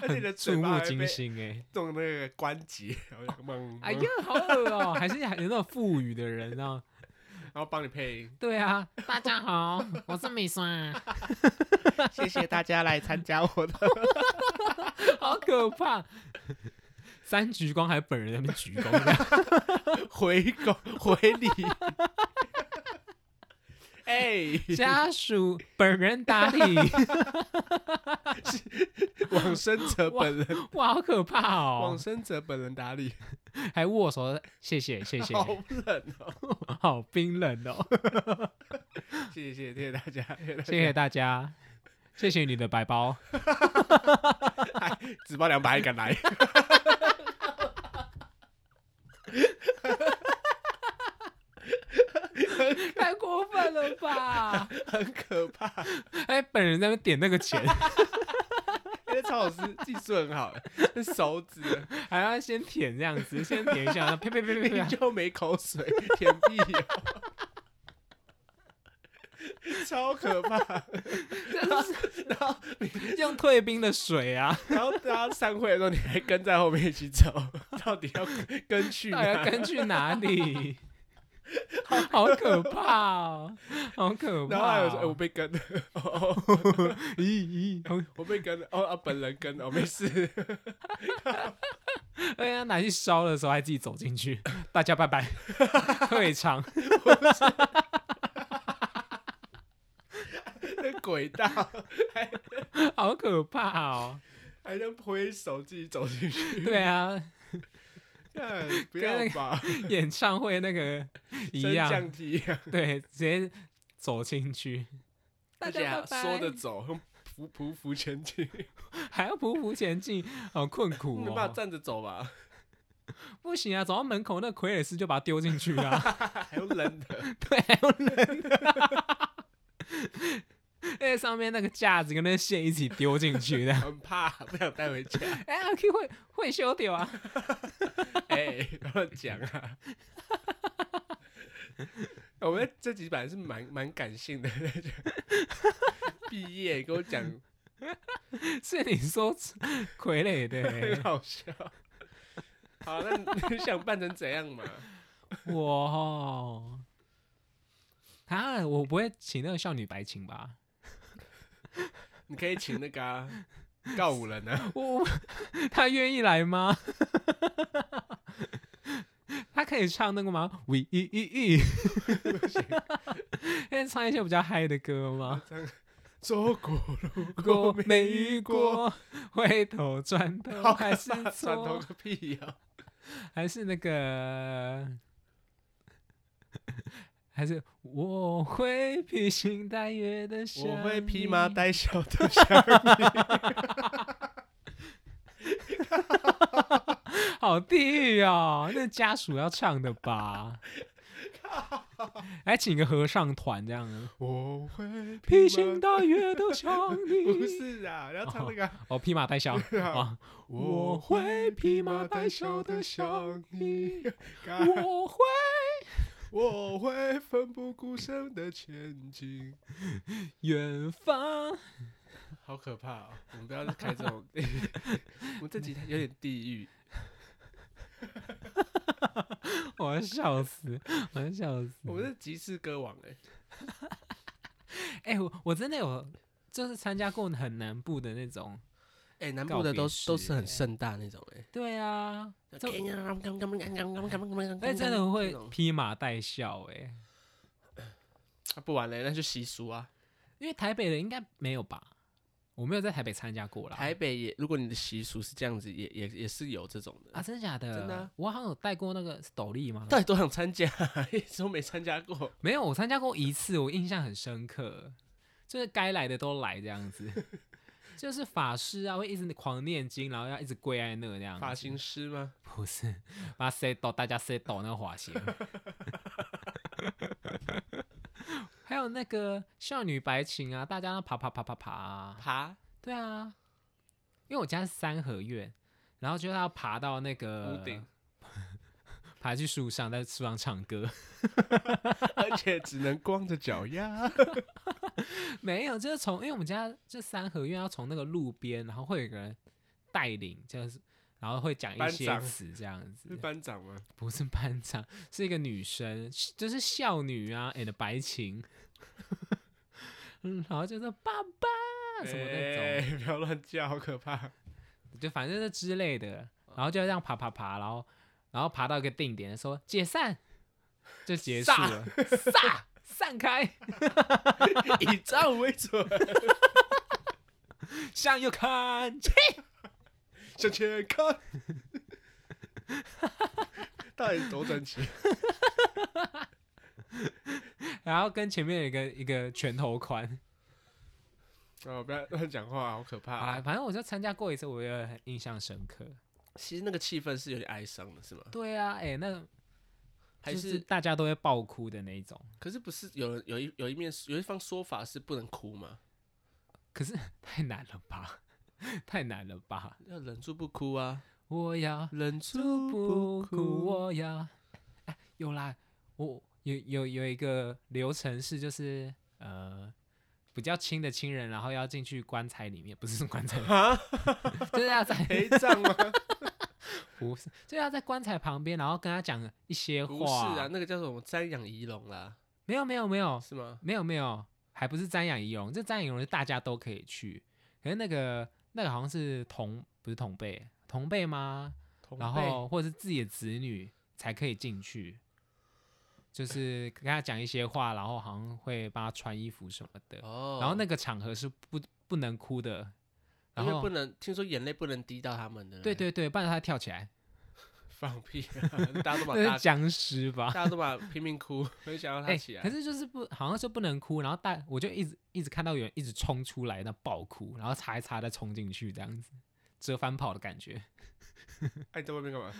Speaker 2: 而且你的
Speaker 1: 很触
Speaker 2: 嘴巴
Speaker 1: 目
Speaker 2: 还会
Speaker 1: 惊
Speaker 2: 被
Speaker 1: 心哎、
Speaker 2: 动那个关节，然后就猛，
Speaker 1: 哎呀，好恶哦、还是还有那种腹语的人啊。
Speaker 2: 然后帮你配 音。
Speaker 1: 对啊，
Speaker 3: 大家好，我是美酸，
Speaker 2: 谢谢大家来参加我的，
Speaker 1: 好可怕！三鞠躬还是本人在那边鞠躬这样，
Speaker 2: 回狗回礼。 哎、
Speaker 1: 家属本人打理，
Speaker 2: 往生者本人，
Speaker 1: 哇，好可怕
Speaker 2: 往
Speaker 1: 哦！
Speaker 2: 生者本人打理，
Speaker 1: 还握手，谢谢谢谢，
Speaker 2: 好冷哦！
Speaker 1: 好冰冷哦！
Speaker 2: 谢谢谢谢大家，
Speaker 1: 谢谢大家，谢谢你的白包，
Speaker 2: 哎纸包两百敢来，
Speaker 1: 太过分了吧！
Speaker 2: 很可怕，
Speaker 1: 哎哎，本人在那边点那个钱，
Speaker 2: 那超老师技术很好，哎手指
Speaker 1: 还要先舔这样子，先舔一下，然后呸呸呸呸呸，
Speaker 2: 就没口水，舔屁哦， 超可怕。然后
Speaker 1: 用退冰的水 啊，
Speaker 2: 然后大家散会的时候，你还跟在后面一起走，到底要跟去
Speaker 1: 到底要
Speaker 2: 哪？
Speaker 1: 跟去哪里？ 好可怕哦，好可怕、
Speaker 2: 然
Speaker 1: 哦！
Speaker 2: 后还有说，哎、我被跟了， 哦，
Speaker 1: 咦咦，
Speaker 2: 我被跟了，哦啊，本人跟了，哦，没事。
Speaker 1: 哎呀，拿去烧的时候还自己走进去，大家拜拜，退场。
Speaker 2: 那轨道还
Speaker 1: 好可怕哦！
Speaker 2: 还能挥手自己走进去，
Speaker 1: 对啊，
Speaker 2: 看不要吧，
Speaker 1: 演唱会那个一
Speaker 2: 升降
Speaker 1: 样，
Speaker 2: 梯一样，
Speaker 1: 对，直接走进去，
Speaker 2: 而且还说 着走，用匍匍匐前进，
Speaker 1: 还要匍匐前进，好困苦
Speaker 2: 没办法
Speaker 1: 哦！
Speaker 2: 站着走吧，
Speaker 1: 不行啊，走到门口那傀儡师就把他丢进去 啊！
Speaker 2: 还用扔的，
Speaker 1: 对，还有人， 那上面那个架子跟那线一起丢进去的。
Speaker 2: 很怕，不想带回家。
Speaker 1: 哎呀，Q 会会修掉啊！
Speaker 2: 哎、不要讲啊！我们这几版是蛮蛮感性的，毕业跟我 讲
Speaker 1: 是你说傀儡的欸、
Speaker 2: 很好笑。好，那你你想扮成怎样嘛？
Speaker 1: 我哦啊，我不会请那个少女白琴吧？
Speaker 2: 你可以请那个、啊、告五人啊，
Speaker 1: 我我 他愿意来吗？ 他可以唱那个吗？We e e e，可以唱一些比较嗨的歌吗？
Speaker 2: 走过路
Speaker 1: 如
Speaker 2: 呃过
Speaker 1: 果
Speaker 2: 没
Speaker 1: 没
Speaker 2: 遇
Speaker 1: 遇
Speaker 2: 过，
Speaker 1: 过，回头转头还 是
Speaker 2: 转头
Speaker 1: 错，
Speaker 2: 个屁哦呀、
Speaker 1: 还是那个，还是我会披星戴月的想
Speaker 2: 我会披麻
Speaker 1: 你
Speaker 2: 戴孝 的想
Speaker 1: 好地狱哦！那家属要唱的 吧？还请个合唱团这样啊
Speaker 2: 你，？我会星
Speaker 1: 披星
Speaker 2: 戴。
Speaker 1: 戴月的想
Speaker 2: 不
Speaker 1: 你。
Speaker 2: 是啊，要唱那个啊、
Speaker 1: 哦，披麻戴 孝啊！我会披麻戴孝的想你，哦我会
Speaker 2: 我会奋不顾身的前进。
Speaker 1: 远方。
Speaker 2: 好可怕哦！我们不要再开这 种，我们这集有点地狱。
Speaker 1: 我要笑死，我要笑死。
Speaker 2: 我们是集市歌王哎、
Speaker 1: 嗯哎、我我真的有，就是参加过很南部的那种。
Speaker 2: 哎、南
Speaker 1: 告
Speaker 2: 部的
Speaker 1: 别
Speaker 2: 都
Speaker 1: 式
Speaker 2: 都是
Speaker 1: 哎
Speaker 2: 很盛大那种哎、
Speaker 1: 对啊，这哎、
Speaker 2: 哎
Speaker 1: 真的会披麻戴孝哎、
Speaker 2: 不玩了，那就习俗啊。
Speaker 1: 因为台北人应该没有吧？我没有在台北参加过啦。
Speaker 2: 台北也，如果你的习俗是这样子，也也也是有这种的
Speaker 1: 啊，。真的假的？
Speaker 2: 真的啊
Speaker 1: 我好像有带过那个是斗笠吗？
Speaker 2: 到底多想参加， 一直都没参加过。
Speaker 1: 没有，我参加过一次，我印象很深刻，就是该来的都来这样子， 就是法师啊会一直狂念经，然后要一直跪在那这样子。
Speaker 2: 发型师吗？
Speaker 1: 不是，把 set 到大家 set 到那个 发型。还有那个少女白琴啊，大家那爬爬爬爬爬啊、
Speaker 2: 爬
Speaker 1: 对啊，因为我家是三合院，然后就要爬到那个
Speaker 2: 屋顶，
Speaker 1: 爬去树上，在树上唱歌。
Speaker 2: 而且只能光着脚丫。
Speaker 1: 没有，就是从因为我们家这三合院要从那个路边，然后会有一个人带领，就是然后会讲
Speaker 2: 班
Speaker 1: 一些
Speaker 2: 长
Speaker 1: 词这样子
Speaker 2: 是。 班长吗？
Speaker 1: 不是班长，是一个女生，就是孝女啊，and 白琴。 嗯，然后就是爸爸什么那种，
Speaker 2: 哎不要乱叫，好可怕！
Speaker 1: 就反正是之类的，然后就这样爬爬爬，然后然后爬到一个定点，说解散，就结束了， 散散开，
Speaker 2: 以战为 准，
Speaker 1: 向右看，
Speaker 2: 向前看。 到底多整齐？
Speaker 1: 然后跟前面有一个一个拳头宽。
Speaker 2: 哦，不要乱讲话，好可怕、
Speaker 1: 啊，反正我就参加过一次，我也很印象深刻。
Speaker 2: 其实那个气氛是有点哀伤的，是吗？
Speaker 1: 对啊，哎、那
Speaker 2: 还
Speaker 1: 就是大家都会爆哭的那一种。
Speaker 2: 可是不是有人有一有一面有一方说法是不能哭吗？
Speaker 1: 可是太难了吧？ 太难了吧？
Speaker 2: 要忍住不哭啊，
Speaker 1: 我要
Speaker 2: 忍住
Speaker 1: 住不
Speaker 2: 不
Speaker 1: 哭，
Speaker 2: 哭。
Speaker 1: 我要。哎，有啦，我有有有一个流程是，就是呃，比较亲的亲人，然后要进去棺材里面，不是棺材，
Speaker 2: 啊，
Speaker 1: 就是要 在
Speaker 2: 陪葬 吗？
Speaker 1: 不是，就是要在棺材旁边，然后跟他讲一些话。
Speaker 2: 不是啊，那个叫什么瞻仰仪容啦，
Speaker 1: 没有没有没有
Speaker 2: 是吗？
Speaker 1: 没有没有，还不是瞻仰仪容，这瞻仰仪容是大家都可以去，可是那个那个好像是同不是同辈同辈吗？
Speaker 2: 同
Speaker 1: 然
Speaker 2: 辈
Speaker 1: 后或者是自己的子女才可以进去，就是跟他讲一些话，然后好像会帮他穿衣服什么的。
Speaker 2: 哦，
Speaker 1: 然后那个场合是不不能哭的，
Speaker 2: 因
Speaker 1: 然
Speaker 2: 为
Speaker 1: 后
Speaker 2: 不能听说眼泪不能滴到他们的，
Speaker 1: 对，对对，不然他跳起来，
Speaker 2: 放屁 啊，大家都把
Speaker 1: 那
Speaker 2: 大
Speaker 1: 是僵尸吧？
Speaker 2: 大家都把拼命哭，很想要他
Speaker 1: 哎、
Speaker 2: 起来。
Speaker 1: 可是就是不好像是不能哭，然后大我就一直一直看到有人一直冲出来，那爆哭，然后擦一擦再冲进去这样子，折返跑的感觉。
Speaker 2: 哎，你在外面干嘛？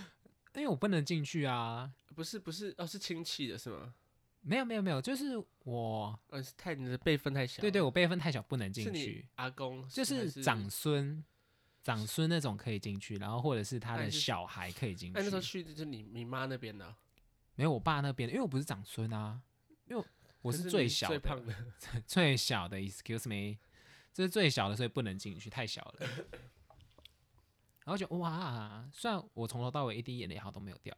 Speaker 1: 因为我不能进去啊，
Speaker 2: 不是不是，哦，是亲戚的是吗？
Speaker 1: 没有没有没有，就是我
Speaker 2: 嗯，是太你的辈分太小了。
Speaker 1: 对对，我辈分太小不能
Speaker 2: 是
Speaker 1: 进去
Speaker 2: 你。阿公，
Speaker 1: 就
Speaker 2: 还
Speaker 1: 是
Speaker 2: 是
Speaker 1: 长。孙，长孙那种可以进去，然后或者是他
Speaker 2: 那
Speaker 1: 的
Speaker 2: 你是
Speaker 1: 小孩可以进
Speaker 2: 哎，那时候
Speaker 1: 去。
Speaker 2: 去就是你你妈那边的哦，
Speaker 1: 没有我爸那边，因为我不是长孙啊，因为我
Speaker 2: 可
Speaker 1: 是
Speaker 2: 你
Speaker 1: 最小
Speaker 2: 最
Speaker 1: 的，
Speaker 2: 胖的，
Speaker 1: 最小的，excuse me，这是最小的，所以不能进去，太小了。然后就哇，虽然我从头到尾一滴眼泪好像都没有掉，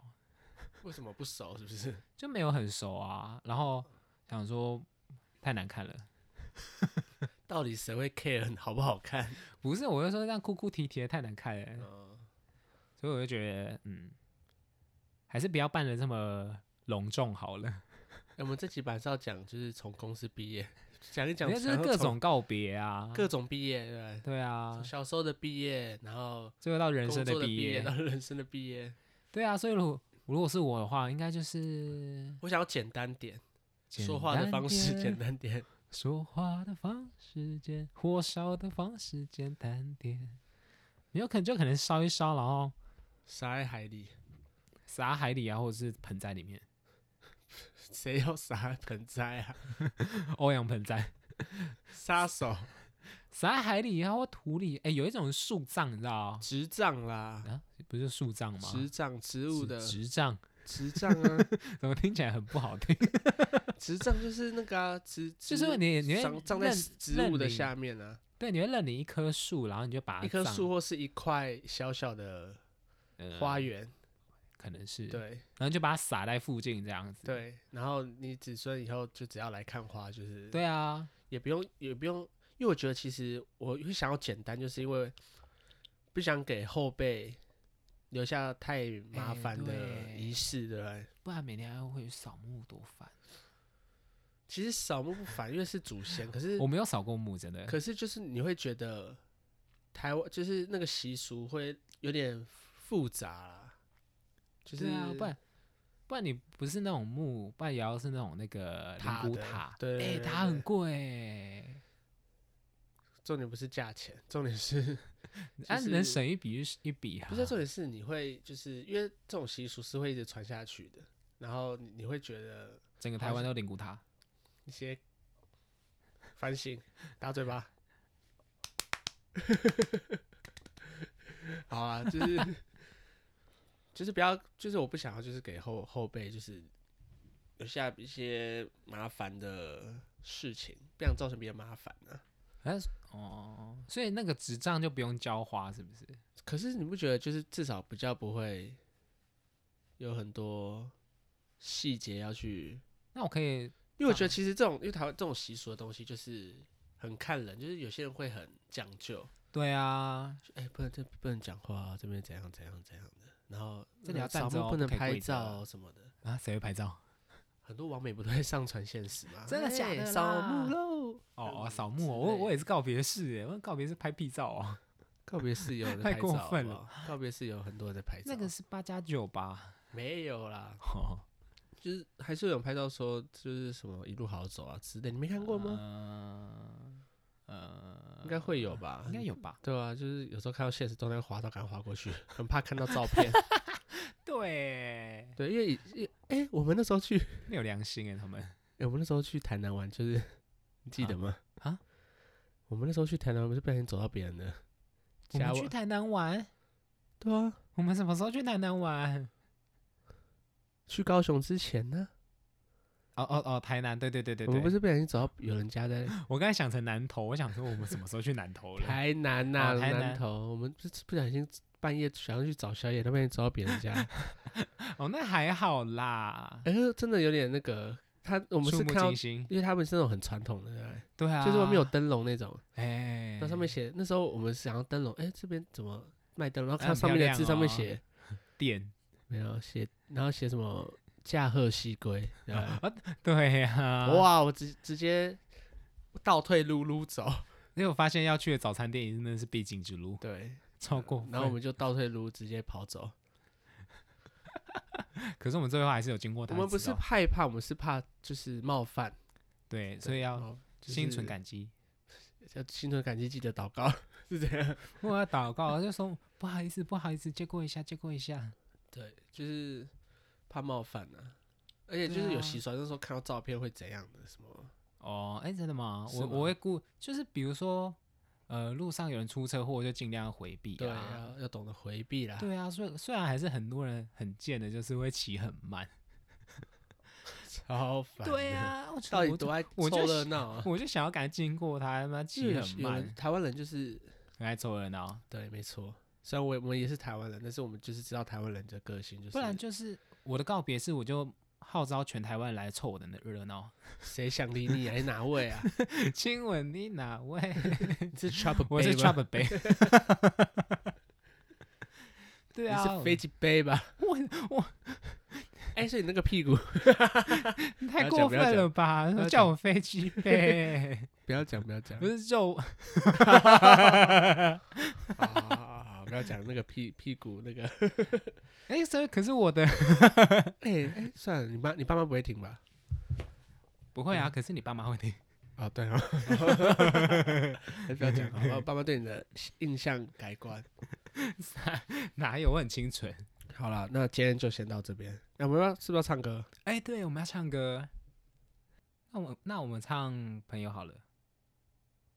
Speaker 2: 为什么不熟？是不是？
Speaker 1: 就没有很熟啊。然后想说太难看了，
Speaker 2: 到底谁会 care 你好不好看？
Speaker 1: 不是，我就说这样哭哭啼啼的太难看了。
Speaker 2: 嗯，
Speaker 1: 所以我就觉得，嗯，还是不要办的这么隆重好了。
Speaker 2: 哎我们这集版是要讲，就是从公司毕业，讲一
Speaker 1: 因
Speaker 2: 讲，
Speaker 1: 为就是
Speaker 2: 然后
Speaker 1: 各
Speaker 2: 从
Speaker 1: 种告别啊，
Speaker 2: 各种毕业，对不对
Speaker 1: 对啊
Speaker 2: 从，小时候的毕业，然后
Speaker 1: 最后到人
Speaker 2: 工作
Speaker 1: 生
Speaker 2: 的
Speaker 1: 毕
Speaker 2: 业
Speaker 1: 业
Speaker 2: 到，人生的毕业。
Speaker 1: 对啊。所以如果如果是我的话，应该就是
Speaker 2: 我想要简单点，
Speaker 1: 简
Speaker 2: 说话的
Speaker 1: 单
Speaker 2: 方式
Speaker 1: 点
Speaker 2: 简单点，
Speaker 1: 说话的方式简，火烧的方式简单点。你有可能就可能烧一烧，然后
Speaker 2: 撒在海里，
Speaker 1: 撒海里啊，或者是盆栽里面，
Speaker 2: 谁要撒盆栽啊？
Speaker 1: 欧阳盆栽。
Speaker 2: 杀手、
Speaker 1: 撒在海里啊，或土里，哎、有一种树葬，你知道哦
Speaker 2: 植葬啦，
Speaker 1: 啊？不是树葬吗？
Speaker 2: 植葬植物的
Speaker 1: 植葬，
Speaker 2: 植葬啊，
Speaker 1: 怎么听起来很不好 听？
Speaker 2: 植葬就是那个啊植，
Speaker 1: 就是你你会
Speaker 2: 长长在
Speaker 1: 认
Speaker 2: 植物的
Speaker 1: 认领
Speaker 2: 下面啊，
Speaker 1: 对，你会认领一棵树，然后你就把它
Speaker 2: 一棵
Speaker 1: 葬
Speaker 2: 树、或是一块小小的
Speaker 1: 呃
Speaker 2: 花，园，
Speaker 1: 可能是，
Speaker 2: 对
Speaker 1: 然后就把它撒在附近这样子。
Speaker 2: 对，然后你子孙以后就只要来看花，就是
Speaker 1: 对啊，
Speaker 2: 也不用也不用，因为我觉得其实我会想要简单，就是因为不想给后辈留下太麻
Speaker 1: 哎
Speaker 2: 烦的
Speaker 1: 对
Speaker 2: 仪式，对不对？
Speaker 1: 不然每年还会扫墓多烦。
Speaker 2: 其实扫墓不烦，因为是祖先，可是
Speaker 1: 我没有扫过墓，真的。
Speaker 2: 可是就是你会觉得台湾就是那个习俗会有点复杂啦，就是
Speaker 1: 对啊，不然不然你不是那种墓，不然也要是那种那个灵
Speaker 2: 塔
Speaker 1: 骨
Speaker 2: 的
Speaker 1: 塔。
Speaker 2: 对对
Speaker 1: 哎、
Speaker 2: 对
Speaker 1: 塔
Speaker 2: 对
Speaker 1: 很贵、
Speaker 2: 重点不是价钱，重点是
Speaker 1: 啊，
Speaker 2: 就
Speaker 1: 能
Speaker 2: 是
Speaker 1: 省一笔是一笔啊。
Speaker 2: 不是重点是你会就是因为这种习俗是会一直传下去的，然后你你会觉得
Speaker 1: 整个
Speaker 2: 好
Speaker 1: 台湾
Speaker 2: 像
Speaker 1: 都灵骨塔。
Speaker 2: 一些反省，打嘴巴。 好啊，就是就是不要，就是我不想要，就是给后后辈就是留下一些麻烦的事情，不想造成别人麻烦啊。
Speaker 1: 哎、哦，所以那个纸账就不用浇花，是不是？
Speaker 2: 可是你不觉得，就是至少比较不会有很多细节要去
Speaker 1: 那我可以
Speaker 2: 因为我觉得
Speaker 1: 嗯
Speaker 2: 其实这种，因为台湾这种习俗的东西就是很看人，就是有些人会很讲究，
Speaker 1: 对啊，
Speaker 2: 就哎、不能这不能讲话、啊，这边怎样怎样怎样的，然后
Speaker 1: 这里要
Speaker 2: 呃扫
Speaker 1: 站着
Speaker 2: 墓
Speaker 1: 哦
Speaker 2: 不
Speaker 1: 不
Speaker 2: 能
Speaker 1: 可以
Speaker 2: 拍
Speaker 1: 跪着
Speaker 2: 照
Speaker 1: 啊
Speaker 2: 哦什么的，
Speaker 1: 啊，谁会拍照？
Speaker 2: 很多网美不都会上传现实吗？
Speaker 1: 真的假
Speaker 2: 哎
Speaker 1: 的
Speaker 2: 扫
Speaker 1: 啦
Speaker 2: 墓喽！
Speaker 1: 哦哦，
Speaker 2: 嗯
Speaker 1: 扫
Speaker 2: 之
Speaker 1: 墓哦，我
Speaker 2: 类
Speaker 1: 我也是告别式耶，我告别式拍屁照哦，
Speaker 2: 告别室友
Speaker 1: 太过分了
Speaker 2: 了，哦告别室友很多人在拍照，
Speaker 1: 那个是八加九吧？
Speaker 2: 没有啦，
Speaker 1: 哦，
Speaker 2: 就是还是有人拍照说就是什么一路好走啊之类，你没看过吗？
Speaker 1: 嗯 呃，
Speaker 2: 应该会有吧，
Speaker 1: 应该有吧？
Speaker 2: 对啊，就是有时候看到现实动态滑到赶快滑过去，很怕看到 照片。
Speaker 1: 对，
Speaker 2: 对，因为哎、诶我们那时候去，
Speaker 1: 没有良心哎，他们
Speaker 2: 诶我们那时候去台南玩，就是你记得吗？
Speaker 1: 啊，
Speaker 2: 我们那时候去台南，我们就不小心走到别人的
Speaker 1: 我
Speaker 2: 下
Speaker 1: 们
Speaker 2: 午
Speaker 1: 去台南玩，
Speaker 2: 对啊，
Speaker 1: 我们什么时候去台南玩？
Speaker 2: 去高雄之前呢，
Speaker 1: 哦哦哦，台南，对对对对
Speaker 2: 我们不
Speaker 1: 对，
Speaker 2: 是不小心走到有人家在
Speaker 1: 我刚才想成南投，我想说我们什么时候去南投了？
Speaker 2: 台南呐、
Speaker 1: 哦台
Speaker 2: 南
Speaker 1: 南
Speaker 2: 头，我们不是不小心半夜想要去找宵夜，但不小心走到别人 家，
Speaker 1: 哦，那还好啦，
Speaker 2: 哎、真的有点那个，他我
Speaker 1: 我
Speaker 2: 们是
Speaker 1: 触目
Speaker 2: 看到
Speaker 1: 惊，心，
Speaker 2: 因为他们是那种很传统的，对不对
Speaker 1: 对啊，
Speaker 2: 就是外面有灯笼那种，
Speaker 1: 哎，
Speaker 2: 那上面写那时候我们想要灯笼，哎、这边怎么卖灯笼？然后
Speaker 1: 哎
Speaker 2: 看到
Speaker 1: 很
Speaker 2: 上面
Speaker 1: 漂
Speaker 2: 的
Speaker 1: 亮
Speaker 2: 字，上面
Speaker 1: 哦
Speaker 2: 写、
Speaker 1: 店，
Speaker 2: 没有写，然后写什么驾鹤西归，对不对
Speaker 1: 对啊呀，，
Speaker 2: 啊哇，我直直接倒退噜噜走，
Speaker 1: 因为我发现要去的早餐店真的是必经之路，
Speaker 2: 对，
Speaker 1: 超过分。
Speaker 2: 然后我们就倒退噜直接跑走。
Speaker 1: 可是我们最后还是有经过哦
Speaker 2: 我
Speaker 1: 他的指导，
Speaker 2: 们不是害怕，我们是怕就是冒犯，
Speaker 1: 对，所以要
Speaker 2: 哦就是
Speaker 1: 心存感激。
Speaker 2: 要心存感激，记得祷告， 是这样。
Speaker 1: 我要祷告，就说不好意思，不好意思，借过一下，借过一下。
Speaker 2: 对，就是怕冒犯啊。而且就是
Speaker 1: 对
Speaker 2: 有
Speaker 1: 啊
Speaker 2: 洗刷，那时候看到照片会怎样的什么？
Speaker 1: 哦，哎，真的吗？
Speaker 2: 是
Speaker 1: 我
Speaker 2: 吗
Speaker 1: 我会顾，就是比如说，呃，路上有人出车祸，我就尽量回避
Speaker 2: 对，
Speaker 1: 啊。
Speaker 2: 要要懂得回避啦。
Speaker 1: 对啊，虽虽然还是很多人很贱的，就是会骑很慢。
Speaker 2: 超烦。
Speaker 1: 对， 啊，我
Speaker 2: 到底
Speaker 1: 我就
Speaker 2: 多爱
Speaker 1: 我就
Speaker 2: 凑热闹啊！
Speaker 1: 我就想要赶紧经过他，他
Speaker 2: 因
Speaker 1: 妈
Speaker 2: 为
Speaker 1: 骑
Speaker 2: 有
Speaker 1: 很
Speaker 2: 有人
Speaker 1: 慢，
Speaker 2: 台湾人就是
Speaker 1: 很爱凑热闹。
Speaker 2: 对，没错。虽然我也我们也是台湾人，但是我们就是知道台湾人的个性，就是
Speaker 1: 不然就是我的告别式，我就号召全台湾来凑我的那 热闹。
Speaker 2: 谁想理你啊？你哪位 啊？
Speaker 1: 亲吻你 哪位？
Speaker 2: 你是 Trouble
Speaker 1: 我是
Speaker 2: Bay 吗
Speaker 1: Trouble 杯。 对啊，
Speaker 2: 你是飞机杯吧？
Speaker 1: 我我
Speaker 2: 哎，所以你那个屁股，
Speaker 1: 你太
Speaker 2: 不要讲
Speaker 1: 过
Speaker 2: 不要讲
Speaker 1: 分了吧？
Speaker 2: 要
Speaker 1: 叫
Speaker 2: 讲
Speaker 1: 我飞机杯，
Speaker 2: 不要讲，不要讲
Speaker 1: 不，是肉。
Speaker 2: 好好好好好，不要讲那个屁屁股那个。
Speaker 1: 哎，所以可是我的
Speaker 2: 哎哎，算了，你妈你爸妈不会听吧？
Speaker 1: 不会啊，可是你爸妈会听。
Speaker 2: 啊，对哦，还是 不要讲好吧，爸妈对你的印象改观。
Speaker 1: 哪有？我很清纯。
Speaker 2: 好了，那今天就先到这边。那我们要是不是要唱歌？
Speaker 1: 哎，对，我们要唱歌。那我那我们唱朋友好了，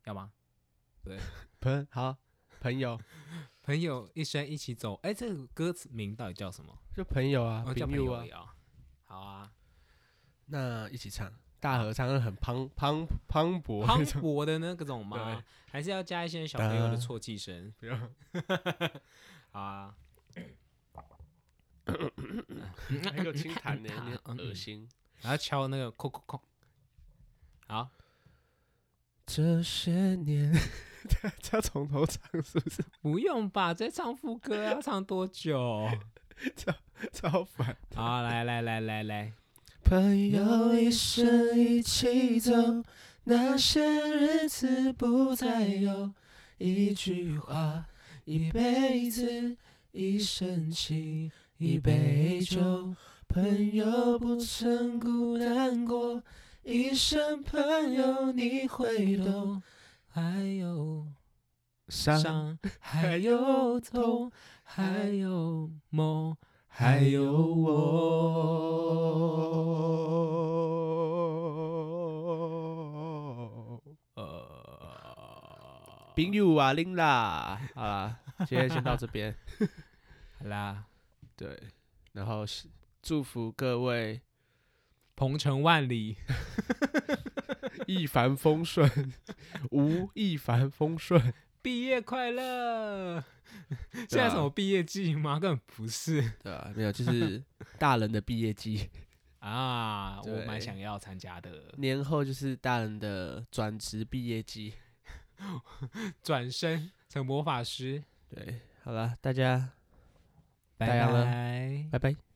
Speaker 1: 要吗？
Speaker 2: 朋好朋友
Speaker 1: 朋友一生一起走。哎，这个歌词名到底叫什么？
Speaker 2: 就朋友啊
Speaker 1: 哦，，叫
Speaker 2: 朋
Speaker 1: 朋友
Speaker 2: 啊
Speaker 1: 而已，啊。好啊，
Speaker 2: 那一起唱大合唱，很磅磅磅礴
Speaker 1: 磅
Speaker 2: 那种。
Speaker 1: 礴的那个种 吗？还是要加一些小朋友的啜泣声？
Speaker 2: 不要，
Speaker 1: 好啊，
Speaker 2: 嗯还有轻弹呢，你
Speaker 1: 嗯
Speaker 2: 恶心。
Speaker 1: 然后敲那个扣扣扣。好，
Speaker 2: 这些年， 他从头唱是不是
Speaker 1: 不用吧？再唱副歌要唱多久？
Speaker 2: 超烦？
Speaker 1: 好，来来来来来，
Speaker 2: 朋
Speaker 4: 友一生一起走，
Speaker 2: 那些日子不
Speaker 4: 再有。
Speaker 2: 一句话，一辈子，一生情，一杯酒。
Speaker 4: 朋友不曾孤单过，一生朋友你会懂。
Speaker 1: 还有
Speaker 2: 伤，
Speaker 1: 伤，还有痛，还有梦，还有
Speaker 2: 我。呃，朋友啊，琳啦，好 啦，今天先到这边。
Speaker 1: 好啦，
Speaker 2: 对，然后是祝福各位
Speaker 1: 鹏程万里，
Speaker 2: 一帆风顺， 无一帆风顺。
Speaker 1: 毕业快乐。现在什么毕业季吗？根本不是
Speaker 2: 对啊，没有，就是大人的毕业季，
Speaker 1: 啊，我
Speaker 2: 对
Speaker 1: 蛮想要参加的。
Speaker 2: 年后就是大人的转职毕业季。
Speaker 1: 转身成魔法师，
Speaker 2: 对，好了，大家拜
Speaker 1: 拜
Speaker 2: 拜了
Speaker 1: 拜。
Speaker 2: 拜拜。